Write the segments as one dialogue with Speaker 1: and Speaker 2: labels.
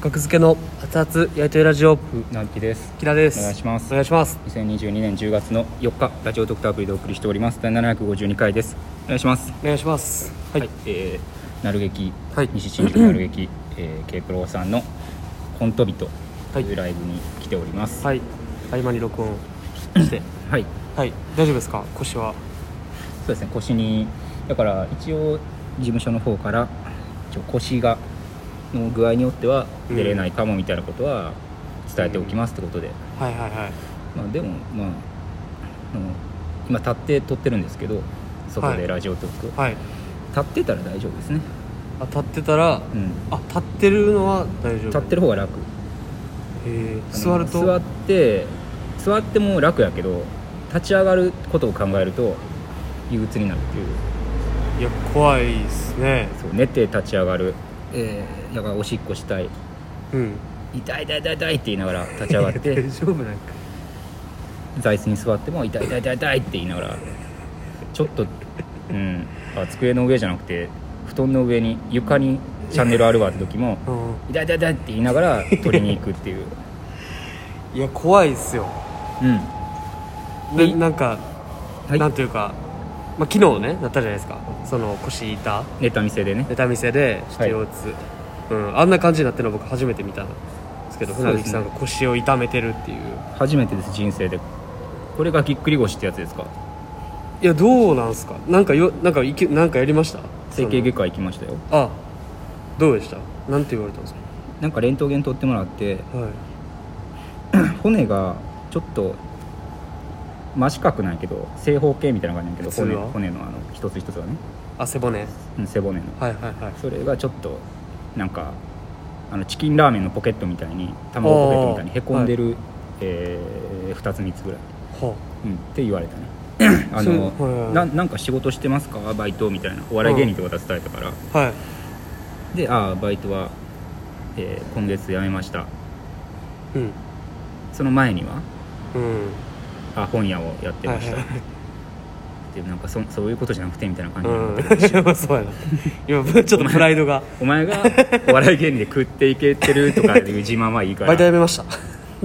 Speaker 1: 格付けの熱々やりとりラジオ
Speaker 2: 南木です
Speaker 1: キラです
Speaker 2: お願いします
Speaker 1: お願いします
Speaker 2: 2022年10月の4日ラジオドクターブリでお送りしております第752回ですお願いします
Speaker 1: お願いしますは、
Speaker 2: はいえー、なる劇、
Speaker 1: はい
Speaker 2: 西新宿なる劇、えー、K プロさんのコントビと
Speaker 1: はい
Speaker 2: いうライブに来ております
Speaker 1: はい、合間に録音して
Speaker 2: はい、
Speaker 1: はい大丈夫ですか腰は
Speaker 2: そうですね腰にだから一応事務所の方から一応腰がの具合によっては
Speaker 1: うん
Speaker 2: 出れないかもみたいなことは伝えておきますってことで、
Speaker 1: はいはいはい
Speaker 2: まあ、でもまああの今立って撮ってるんですけど外
Speaker 1: は
Speaker 2: で
Speaker 1: い
Speaker 2: ラジオトーク、
Speaker 1: はい
Speaker 2: 立ってたら大丈夫ですね、
Speaker 1: あ立ってたら
Speaker 2: うん、
Speaker 1: あ立ってるのは大丈夫
Speaker 2: 立ってる方が楽
Speaker 1: えー、座ると
Speaker 2: あの座って座っても楽やけど立ち上がることを考えると憂鬱になるっていう
Speaker 1: いや怖いですね
Speaker 2: そう寝て立ち上がる、えー、だからおしっこしたい
Speaker 1: うん
Speaker 2: 痛い痛い痛い痛いって言いながら立 ち上がっ
Speaker 1: 大
Speaker 2: て
Speaker 1: 丈夫なんか
Speaker 2: 座椅子に座っても痛い痛い痛い痛いって言いながらちょっと、うん、あ机の上じゃなくて布団の上に床にチャンネルあるわって時も
Speaker 1: うん
Speaker 2: 痛い痛い痛いって言いながら取りに行くっていう、
Speaker 1: いや怖いっすよ
Speaker 2: うん
Speaker 1: で
Speaker 2: い
Speaker 1: なんか、
Speaker 2: はい
Speaker 1: なんというか、まあ、昨日ねなったじゃないですかその腰痛
Speaker 2: ネタ見せでね
Speaker 1: ネタ見せでちょっと腰痛、うん、あんな感じになってるの僕初めて見たんですけど
Speaker 2: そう
Speaker 1: 船
Speaker 2: ですね
Speaker 1: 引さんが腰を痛めてるっていう
Speaker 2: 初めてです人生でこれがぎっくり腰ってやつですか
Speaker 1: いやどうなんすかなんかよなんかいけなんかやりました
Speaker 2: 整形外科行きましたよ
Speaker 1: そのあどうでしたなんて言われたんですか
Speaker 2: なんかレントゲン取ってもらって
Speaker 1: はい
Speaker 2: 骨がちょっと真四角なんやけど正方形みたいな感じなんやけど
Speaker 1: 普通
Speaker 2: 骨
Speaker 1: は
Speaker 2: 骨のあの一つ一つがね、
Speaker 1: あ背骨はい
Speaker 2: うん、背骨の
Speaker 1: はいはい
Speaker 2: それがちょっとなんかあのチキンラーメンのポケットみたいに卵ポケットみたいにへこんでる、えー、2つ3つぐらい、
Speaker 1: は
Speaker 2: うん、って言われた ねあ
Speaker 1: それ
Speaker 2: の、
Speaker 1: はい
Speaker 2: ななんか仕事してますかバイトみたいなお笑い芸人ってことは伝えたから、
Speaker 1: あはい
Speaker 2: でああバイトは、えー今月辞めました
Speaker 1: うん
Speaker 2: その前には
Speaker 1: うん
Speaker 2: あ本屋をやってました、
Speaker 1: はいはい
Speaker 2: でもなんかそそういうことじゃなくてみたいな感じ
Speaker 1: う
Speaker 2: に
Speaker 1: ん
Speaker 2: なって、
Speaker 1: うん、 そうやな今ちょっとプライドが
Speaker 2: お前がお笑い芸人で食っていけてるとかいう自慢はいいか
Speaker 1: バイ トや
Speaker 2: ら
Speaker 1: めました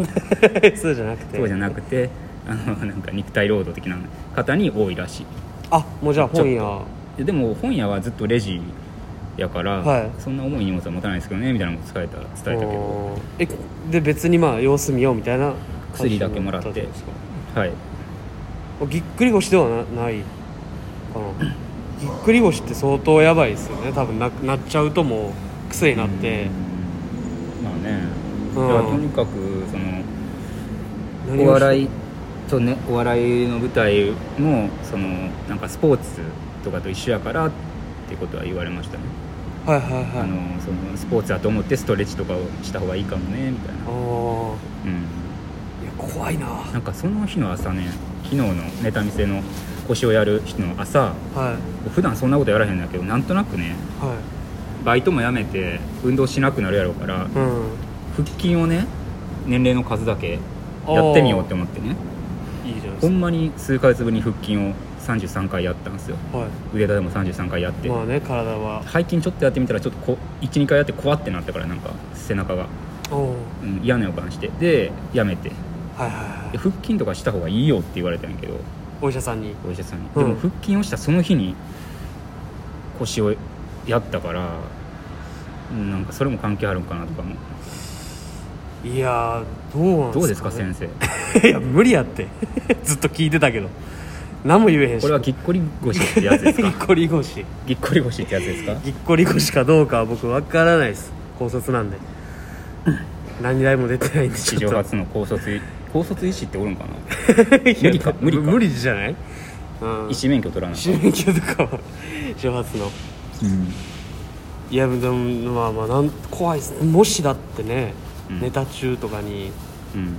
Speaker 1: そうじゃなくて
Speaker 2: そうじゃなくてあのなんか肉体労働的な方に多いらしい
Speaker 1: あもうじゃあ本
Speaker 2: ち
Speaker 1: 屋
Speaker 2: ょででも本屋はずっとレジやから、
Speaker 1: はい
Speaker 2: そんな重い荷物は持たないですけどねみたいなこと伝えた伝えたけど
Speaker 1: おーえで別にまあ様子見ようみたいな感じ
Speaker 2: 薬だけもらって
Speaker 1: だたんですか
Speaker 2: はい
Speaker 1: ぎっくり腰ではなないかな ぎっくり腰って相当やばいですよね多分ななっちゃうともう癖になって
Speaker 2: まあね、
Speaker 1: うん
Speaker 2: だからとにかくその
Speaker 1: 何
Speaker 2: お
Speaker 1: をし
Speaker 2: 笑いとねお笑いの舞台もそのなんかスポーツとかと一緒やからってことは言われましたね、
Speaker 1: はいはい
Speaker 2: あ
Speaker 1: はい
Speaker 2: のそのスポーツだと思ってストレッチとかをした方がいいかもねみたいな
Speaker 1: あ、ー
Speaker 2: うん、
Speaker 1: いや怖いな
Speaker 2: なんかその日の朝ね昨日のネタ見せの腰をやる人の朝
Speaker 1: はい
Speaker 2: 普段そんなことやらへんんだけどなんとなくね
Speaker 1: は
Speaker 2: バイトもやめて運動しなくなるやろうから
Speaker 1: いうん
Speaker 2: 腹筋をね年齢の数だけやってみようって思ってね
Speaker 1: いいじゃないで
Speaker 2: ほ
Speaker 1: す
Speaker 2: んまに数ヶ月ぶりに腹筋を33回やったんですよ
Speaker 1: かは
Speaker 2: 腕立ても33回やっ
Speaker 1: い
Speaker 2: て、
Speaker 1: まあね体は
Speaker 2: 背筋ちょっとやってみたらちょっとこ12回やって怖ってなったからなんか背中が、
Speaker 1: おおー
Speaker 2: うん、嫌な予感してでやめてで
Speaker 1: はいはいはい
Speaker 2: 腹筋とかした方がいいよって言われたんやけど
Speaker 1: お医者さんに
Speaker 2: お医者さんに、
Speaker 1: うん
Speaker 2: でも腹筋をしたその日に腰をやったからうんなんかそれも関係あるんかなとかも
Speaker 1: いやーどうなん
Speaker 2: どうですか
Speaker 1: ね
Speaker 2: 先 生
Speaker 1: いや無理やって ずっと聞いてたけど何も言えへんし
Speaker 2: これはぎっこり腰ってやつで す
Speaker 1: ぎっ
Speaker 2: か
Speaker 1: こり腰
Speaker 2: ぎっこり腰ってや つですか
Speaker 1: ぎっこり腰かどうかは僕わからないです高卒なん で何代も出てないんで
Speaker 2: 史
Speaker 1: ち
Speaker 2: 上
Speaker 1: ょっ
Speaker 2: 初の高卒医高卒医師っておるんかな
Speaker 1: といや
Speaker 2: 無理か無理か
Speaker 1: 無理じゃないうん
Speaker 2: 医師免許取らない
Speaker 1: 市民級とかは 初発のいやでもまあまあなん怖いですもしだってね、
Speaker 2: うん
Speaker 1: ネタ中とかに
Speaker 2: うん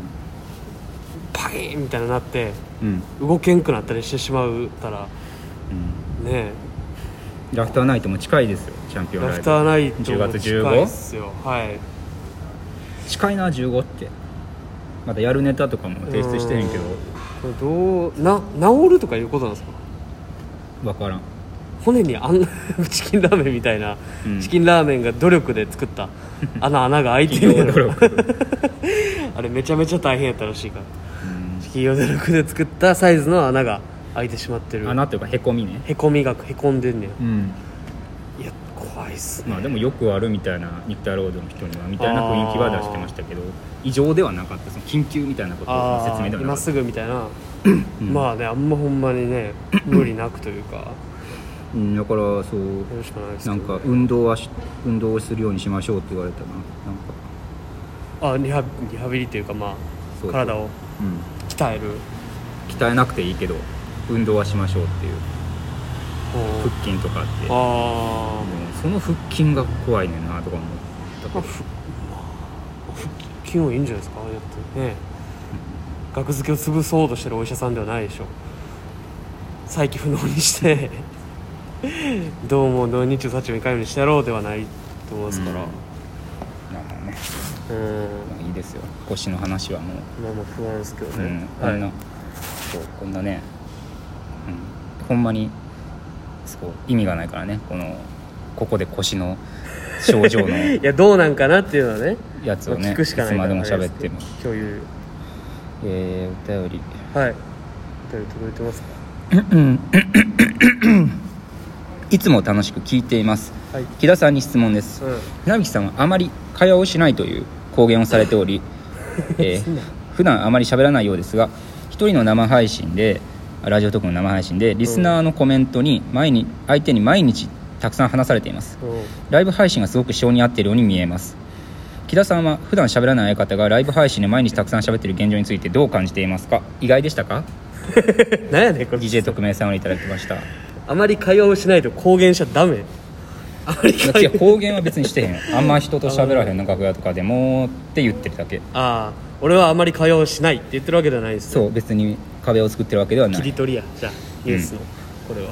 Speaker 1: パキーンみたいななって
Speaker 2: うん、うん
Speaker 1: 動けんくなったりしてしまうたら
Speaker 2: うん
Speaker 1: ね
Speaker 2: ラフターナイトも近いですよチャンピオン
Speaker 1: ラ
Speaker 2: ライブ
Speaker 1: フターナイト
Speaker 2: 10
Speaker 1: も
Speaker 2: 月
Speaker 1: 近いっ
Speaker 2: 15?
Speaker 1: すよはい
Speaker 2: 近いな15ってまたやるネタとかも提出してへんけど
Speaker 1: うんこれどうな治るとかいうことなんですか
Speaker 2: 分からん
Speaker 1: 骨にあんなチキンラーメンみたいな、
Speaker 2: うん
Speaker 1: チキンラーメンが努力で作ったあの穴が開いて
Speaker 2: 企
Speaker 1: る
Speaker 2: 業
Speaker 1: や
Speaker 2: 努
Speaker 1: ろ
Speaker 2: 力、
Speaker 1: あれめちゃめちゃ大変やったらしいから
Speaker 2: う
Speaker 1: 企業努力で作ったサイズの穴が開いてしまってる
Speaker 2: ん、穴というかへこみね
Speaker 1: へこみがへこんでんね
Speaker 2: うん
Speaker 1: んいや怖いっすね
Speaker 2: まあでもよくあるみたいな肉体労働の人にはみたいな雰囲気は出してましたけど異常ではなかったその緊急みたいなことの
Speaker 1: あ
Speaker 2: 説明で
Speaker 1: ー
Speaker 2: はな
Speaker 1: 今
Speaker 2: かった
Speaker 1: すぐみたいな、
Speaker 2: うん
Speaker 1: まあねあんまほんまにね無理なくというかよ
Speaker 2: うんだからそう
Speaker 1: ろしくないですけ
Speaker 2: な
Speaker 1: ど
Speaker 2: んか運動はし運動をするようにしましょうって言われたななんか
Speaker 1: あリハリハビリというかま
Speaker 2: そうそ
Speaker 1: あ
Speaker 2: う
Speaker 1: 体を
Speaker 2: うん
Speaker 1: 鍛える
Speaker 2: 鍛えなくていいけど運動はしましょうっていう
Speaker 1: うん
Speaker 2: 腹筋とかあってもう
Speaker 1: あー
Speaker 2: その腹筋が怖いねんなとか思ったけ
Speaker 1: まあ
Speaker 2: ど
Speaker 1: ふまあ腹筋はいいんじゃないですかああやってね額付けを潰そうとしてるお医者さんではないでしょ再起不能にして どうも土日幸もいかんようにしてやろうではないと思いますから
Speaker 2: うんなんかね
Speaker 1: うん
Speaker 2: まあいいですよ腰の話はもう
Speaker 1: まあまあ不安ですけど
Speaker 2: う
Speaker 1: ね
Speaker 2: ん、こんな、そうこんなね、うん、ほんまにそう意味がないからねこのここで腰の症 状の
Speaker 1: いやどうなんかなっていうのはね
Speaker 2: やつを
Speaker 1: まあ
Speaker 2: ね
Speaker 1: 聞くしかない
Speaker 2: つま
Speaker 1: から
Speaker 2: で
Speaker 1: ね
Speaker 2: も喋っても、
Speaker 1: 共有
Speaker 2: えー、お便り
Speaker 1: はいお便り届いてますか
Speaker 2: いつも楽しく聞いています
Speaker 1: はい、う
Speaker 2: 木田さんに質問です
Speaker 1: ん、
Speaker 2: 船引さんはあまり会話をしないという公言をされて おり、えー普段あまり喋らないようですが一人の生配信でラジオトークの生配信でリスナーのコメントに毎日相手に毎日たくさん話されています
Speaker 1: うん
Speaker 2: ライブ配信がすごく性に合っているように見えます木田さんは普段喋らない相方がライブ配信で毎日たくさん喋っている現状についてどう感じていますか意外でしたか
Speaker 1: 何やねんこれ
Speaker 2: DJ 特命さんをいただきました
Speaker 1: あまり会話をしないと公言しちゃダメあまり会
Speaker 2: いや
Speaker 1: 話
Speaker 2: 方言は別にしてへ んあんま人と喋らへんの楽屋とかでもって言ってるだけ
Speaker 1: ああ俺はあまり会話をしないって言ってるわけじゃないですね
Speaker 2: そう別に壁を作ってるわけではな
Speaker 1: 切り
Speaker 2: い
Speaker 1: 取りやじゃあニュースの、これは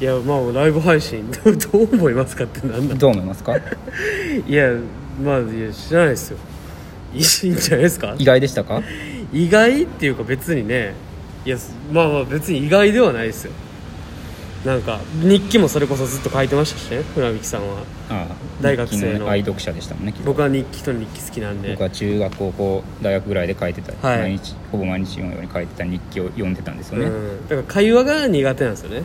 Speaker 1: いやまあライブ配信 どうどう思いますかってなんだ
Speaker 2: どう思いますか
Speaker 1: いやまあいや知らないですよいいいいんじゃないですか
Speaker 2: 意外でしたか
Speaker 1: 意外っていうか別にねいやまあまあ別に意外ではないですよなんか日記もそれこそずっと書いてましたしね船引さんは
Speaker 2: ああ
Speaker 1: 大学生の
Speaker 2: 日記愛読者でしたもんねきっと
Speaker 1: 僕は日記と日記好きなんで
Speaker 2: 僕は中学高校大学ぐらいで書いてた、
Speaker 1: はい
Speaker 2: 毎日ほぼ毎日読むように書いてた日記を読んでたんですよね、
Speaker 1: うん、だから会話が苦手なんですよね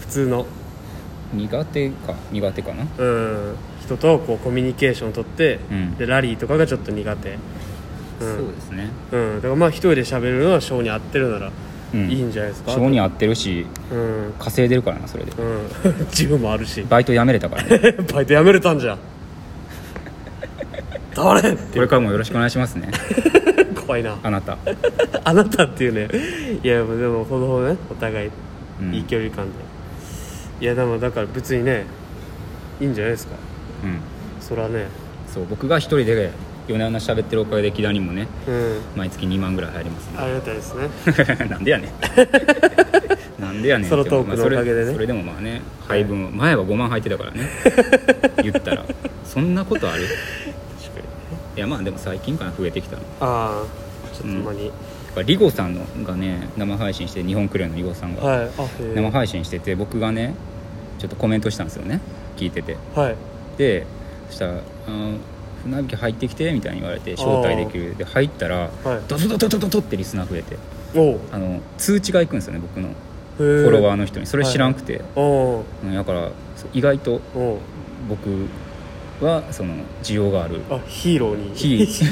Speaker 1: 普通の、
Speaker 2: 苦手か苦手かな
Speaker 1: うん、人とこうコミュニケーションを取って、
Speaker 2: うん
Speaker 1: でラリーとかがちょっと苦手、うん
Speaker 2: そうですね、
Speaker 1: うん、だからまあ一人で喋るのは性に合ってるなら
Speaker 2: うん、
Speaker 1: いいんじゃないですか、
Speaker 2: 性に合ってるし
Speaker 1: うん、
Speaker 2: 稼いでるからなそれで
Speaker 1: うん、 自分もあるし
Speaker 2: バイト辞めれたから、ね、
Speaker 1: バイト辞めれたんじゃん倒れんって
Speaker 2: これからもよろしくお願いしますね
Speaker 1: 怖いな
Speaker 2: あなた、
Speaker 1: あなたっていうねいやでもほどほどねお互い
Speaker 2: うん
Speaker 1: いい距離感で、いやでもだから別にねいいんじゃないですか
Speaker 2: うん、
Speaker 1: それはね
Speaker 2: そう僕が一人で夜な夜な喋ってるおかげで木田にもね
Speaker 1: うん
Speaker 2: 毎月2万ぐらい入りますね
Speaker 1: ありがたいですね
Speaker 2: なんでやね んなんでやねんって
Speaker 1: ソロトークのおかげでね
Speaker 2: まあそれそれでもまあね配分は前は5万入ってたか らね言ったらそんなことある
Speaker 1: 確かに
Speaker 2: いやまあでも最近から増えてきたのだ
Speaker 1: ああちょっとほんまに、
Speaker 2: からリゴさんのがね生配信して日本クレーンのリゴさんが、
Speaker 1: はいあへ
Speaker 2: 生配信してて僕がねちょっとコメントしたんですよね聞いてて
Speaker 1: えはい
Speaker 2: でそしたらあの「船引き入ってきて」みたいに言われて招待できるで入ったら
Speaker 1: はい
Speaker 2: ドドドドドドドってリスナー増えて
Speaker 1: おう
Speaker 2: あの通知がいくんですよね僕の
Speaker 1: フ
Speaker 2: フォロワーの人にそれ知らんくて、
Speaker 1: ーおう
Speaker 2: うんだからそう意外と
Speaker 1: おう
Speaker 2: 僕はその需要がある
Speaker 1: あヒーローに
Speaker 2: 非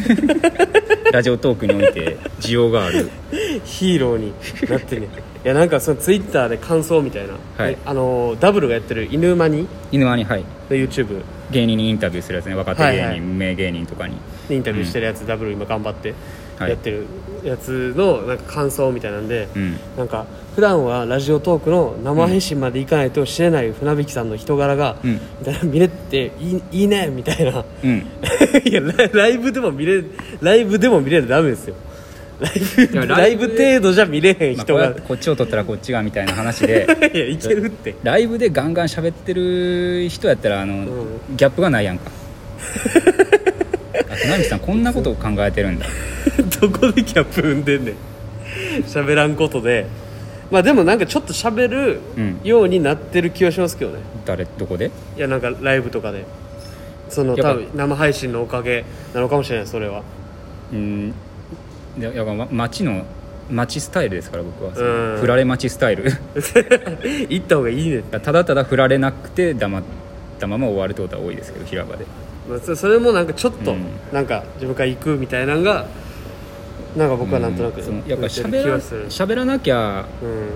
Speaker 2: ラジオトークにおいて需要がある
Speaker 1: ヒーローになってねいやなんかそのツイッターで感想みたいな、
Speaker 2: はい
Speaker 1: えあのーダブルがやってる犬間に
Speaker 2: 犬間にはい
Speaker 1: の YouTube
Speaker 2: 芸人にインタビューするやつね若手芸人、
Speaker 1: はいはい
Speaker 2: 無名芸人とかに
Speaker 1: でインタビューしてるやつ、ダブル今頑張って
Speaker 2: はい
Speaker 1: やってるやつのなんか感想みたいなんで、
Speaker 2: うん
Speaker 1: なんか普段はラジオトークの生配信まで行かないと知れない船引さんの人柄が、
Speaker 2: うん
Speaker 1: みたいな見れていいいいねみたいな
Speaker 2: うん
Speaker 1: いやラライブでも見れライブでも見れるダメですよライ
Speaker 2: いや
Speaker 1: ブ
Speaker 2: ラ
Speaker 1: ラ
Speaker 2: イ
Speaker 1: イ
Speaker 2: ブ
Speaker 1: ブ程度じゃ見れへん
Speaker 2: まあ、
Speaker 1: 人
Speaker 2: こうや
Speaker 1: が
Speaker 2: ってこっちを取ったらこっちがみたいな話 で
Speaker 1: いやいけるって
Speaker 2: ライブでガンガン喋ってる人やったらあの、
Speaker 1: う
Speaker 2: ギャップがない やんかあ船引さんこんなことを考えてるんだ
Speaker 1: どこでキャップ生んでんねん喋らんことでまあでもなんかちょっと喋る
Speaker 2: うん
Speaker 1: ようになってる気はしますけどね、
Speaker 2: 誰どこで
Speaker 1: いやなんかライブとかでその多
Speaker 2: やっぱ
Speaker 1: 分生配信のおかげなのかもしれないそれは
Speaker 2: うんでやっぱま街の街スタイルですから僕は
Speaker 1: うん
Speaker 2: 振られ街スタイル
Speaker 1: 行った方がいいね、
Speaker 2: ただただ振られなくて黙ったまま終わるってことは多いですけど平場で
Speaker 1: まあ、そそれもなんかちょっと
Speaker 2: うん
Speaker 1: なんか自分から行くみたいなのがなんか僕はなんとなく
Speaker 2: そのやっぱしゃ
Speaker 1: 向い
Speaker 2: べ
Speaker 1: てる気
Speaker 2: ら
Speaker 1: はする
Speaker 2: 喋らなきゃ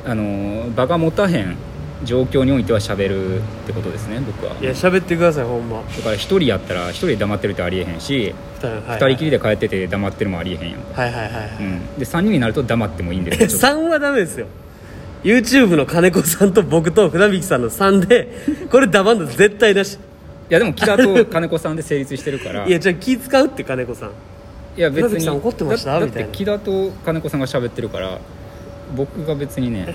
Speaker 1: うん
Speaker 2: あの場が持たへん状況においては喋るってことですね僕はい
Speaker 1: や喋ってくださいほんま
Speaker 2: だから一人やったら一人で黙ってるってありえへんし
Speaker 1: 二人,、は
Speaker 2: 二
Speaker 1: い
Speaker 2: 人きりで帰ってて黙ってるもありえへんやんか、
Speaker 1: はいはいはいはい、
Speaker 2: うん、で三人になると黙ってもいい んです
Speaker 1: え
Speaker 2: けど
Speaker 1: 3はダメですよ YouTube の金子さんと僕と船引さんの3でこれ黙るの絶対なし
Speaker 2: いやでも木田と金子さんで成立してるから
Speaker 1: いやじゃあ気使うって金子さん
Speaker 2: いや別
Speaker 1: 船
Speaker 2: に
Speaker 1: 木さん怒ってました
Speaker 2: だだ
Speaker 1: みたいな
Speaker 2: って木田と金子さんが喋ってるから僕が別にね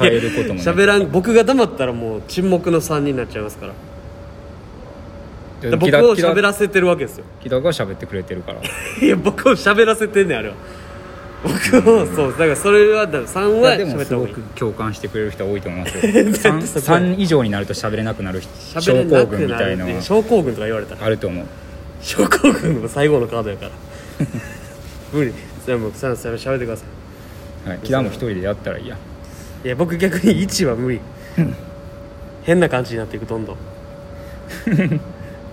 Speaker 2: 変えることも
Speaker 1: 喋らん僕が黙ったらもう沈黙の3人になっちゃいますから
Speaker 2: いや
Speaker 1: 僕
Speaker 2: 木
Speaker 1: を
Speaker 2: 田木
Speaker 1: 喋
Speaker 2: 田
Speaker 1: らせてるわけですよ
Speaker 2: 木田が喋ってくれてるから
Speaker 1: いや僕を喋らせてんねんあれは僕をそうだからそれはだ3
Speaker 2: い
Speaker 1: は
Speaker 2: やで
Speaker 1: 喋
Speaker 2: も
Speaker 1: った
Speaker 2: す
Speaker 1: 方
Speaker 2: ご
Speaker 1: がいい
Speaker 2: く共感してくれる人は多いと思いますよ 3, 以上になると喋れなくなる人症
Speaker 1: 喋れ
Speaker 2: 候
Speaker 1: なく
Speaker 2: 群み
Speaker 1: な
Speaker 2: たい
Speaker 1: る
Speaker 2: な
Speaker 1: っ
Speaker 2: の
Speaker 1: て
Speaker 2: は
Speaker 1: 症候群とか言われたら
Speaker 2: あると思う
Speaker 1: 症候群の最後のカードやから無理それはもう草野さん喋ってください
Speaker 2: はい木田も一人でやったらいいや
Speaker 1: いや僕逆に1は無理変な感じになっていくど んどん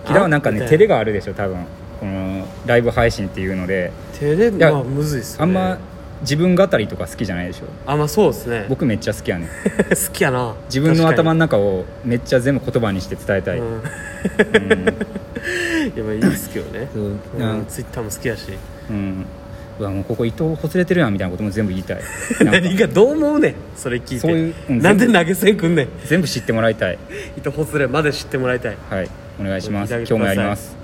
Speaker 2: 木田はなんかね
Speaker 1: あ
Speaker 2: 照れがあるでしょ多分このライブ配信っていうので
Speaker 1: 照れ
Speaker 2: や
Speaker 1: まあむずいっすね
Speaker 2: あんま自分語りとか好きじゃないでしょ
Speaker 1: あまあそうですね
Speaker 2: 僕めっちゃ好き やねん
Speaker 1: 好きやな
Speaker 2: 自分の頭
Speaker 1: の
Speaker 2: の中をめっちゃ全部言葉にして伝えたい、
Speaker 1: うんいやまあいいっすけどね
Speaker 2: そう
Speaker 1: うんツイッターも好きやし
Speaker 2: うんうわもうここ伊藤ほつれてるやんみたいなことも全部言いたいなんか
Speaker 1: 何がどう思うねんそれ聞
Speaker 2: そうい
Speaker 1: いうて
Speaker 2: うん
Speaker 1: なんで投げ銭くんねん
Speaker 2: 全部知ってもらいたい
Speaker 1: 糸ほつれまで知ってもらいたい
Speaker 2: はいお願いします
Speaker 1: 聞いて
Speaker 2: 今日
Speaker 1: あげてくだ
Speaker 2: も
Speaker 1: さ
Speaker 2: や
Speaker 1: い
Speaker 2: ります